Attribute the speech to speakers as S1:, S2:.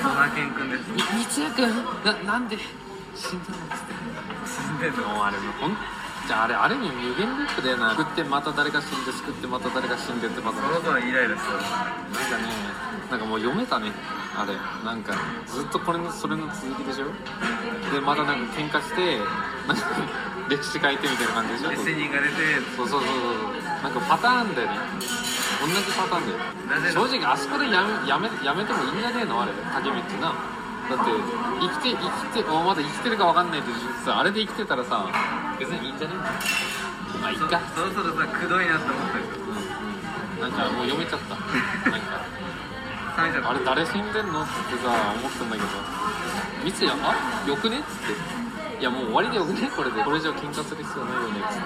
S1: 健くんです
S2: 三ツ矢くんななんで死んだのっつって
S1: 死んでんの
S2: もうあれもうほんじゃああれあれに無限ループだよな救ってまた誰か死んで救ってまた誰か死んでってまた
S1: その子はイライラする
S2: なんかね、なんかもう読めたね、あれ、なんか、ずっとこれの、それの続きでしょで、またなんか喧嘩して、なんか、 歴史変えてみたいな感じでしょ
S1: 死人が出て
S2: そうそうそうそう、なんかパターンだよね、同じパターンだよ
S1: なぜ。
S2: 正直、あそこでやめやめやめてもいいんじゃねえの、あれ、竹道な。だって、生きて、生きて、おまだ生きてるかわかんないけど、さ、あれで生きてたらさ、別にいいんじゃねえまあ、いいか。
S1: そろそろさくどいなって思ったでしょ
S2: うんなんかもう読めちゃった。なんか。
S1: 冷めちゃ
S2: あ
S1: っ
S2: れ誰死んでんのってさ思ったんだけど三ツ矢あよくねっつっていやもう終わりでよくねこれでこれ以上喧嘩する必要ないよねっつって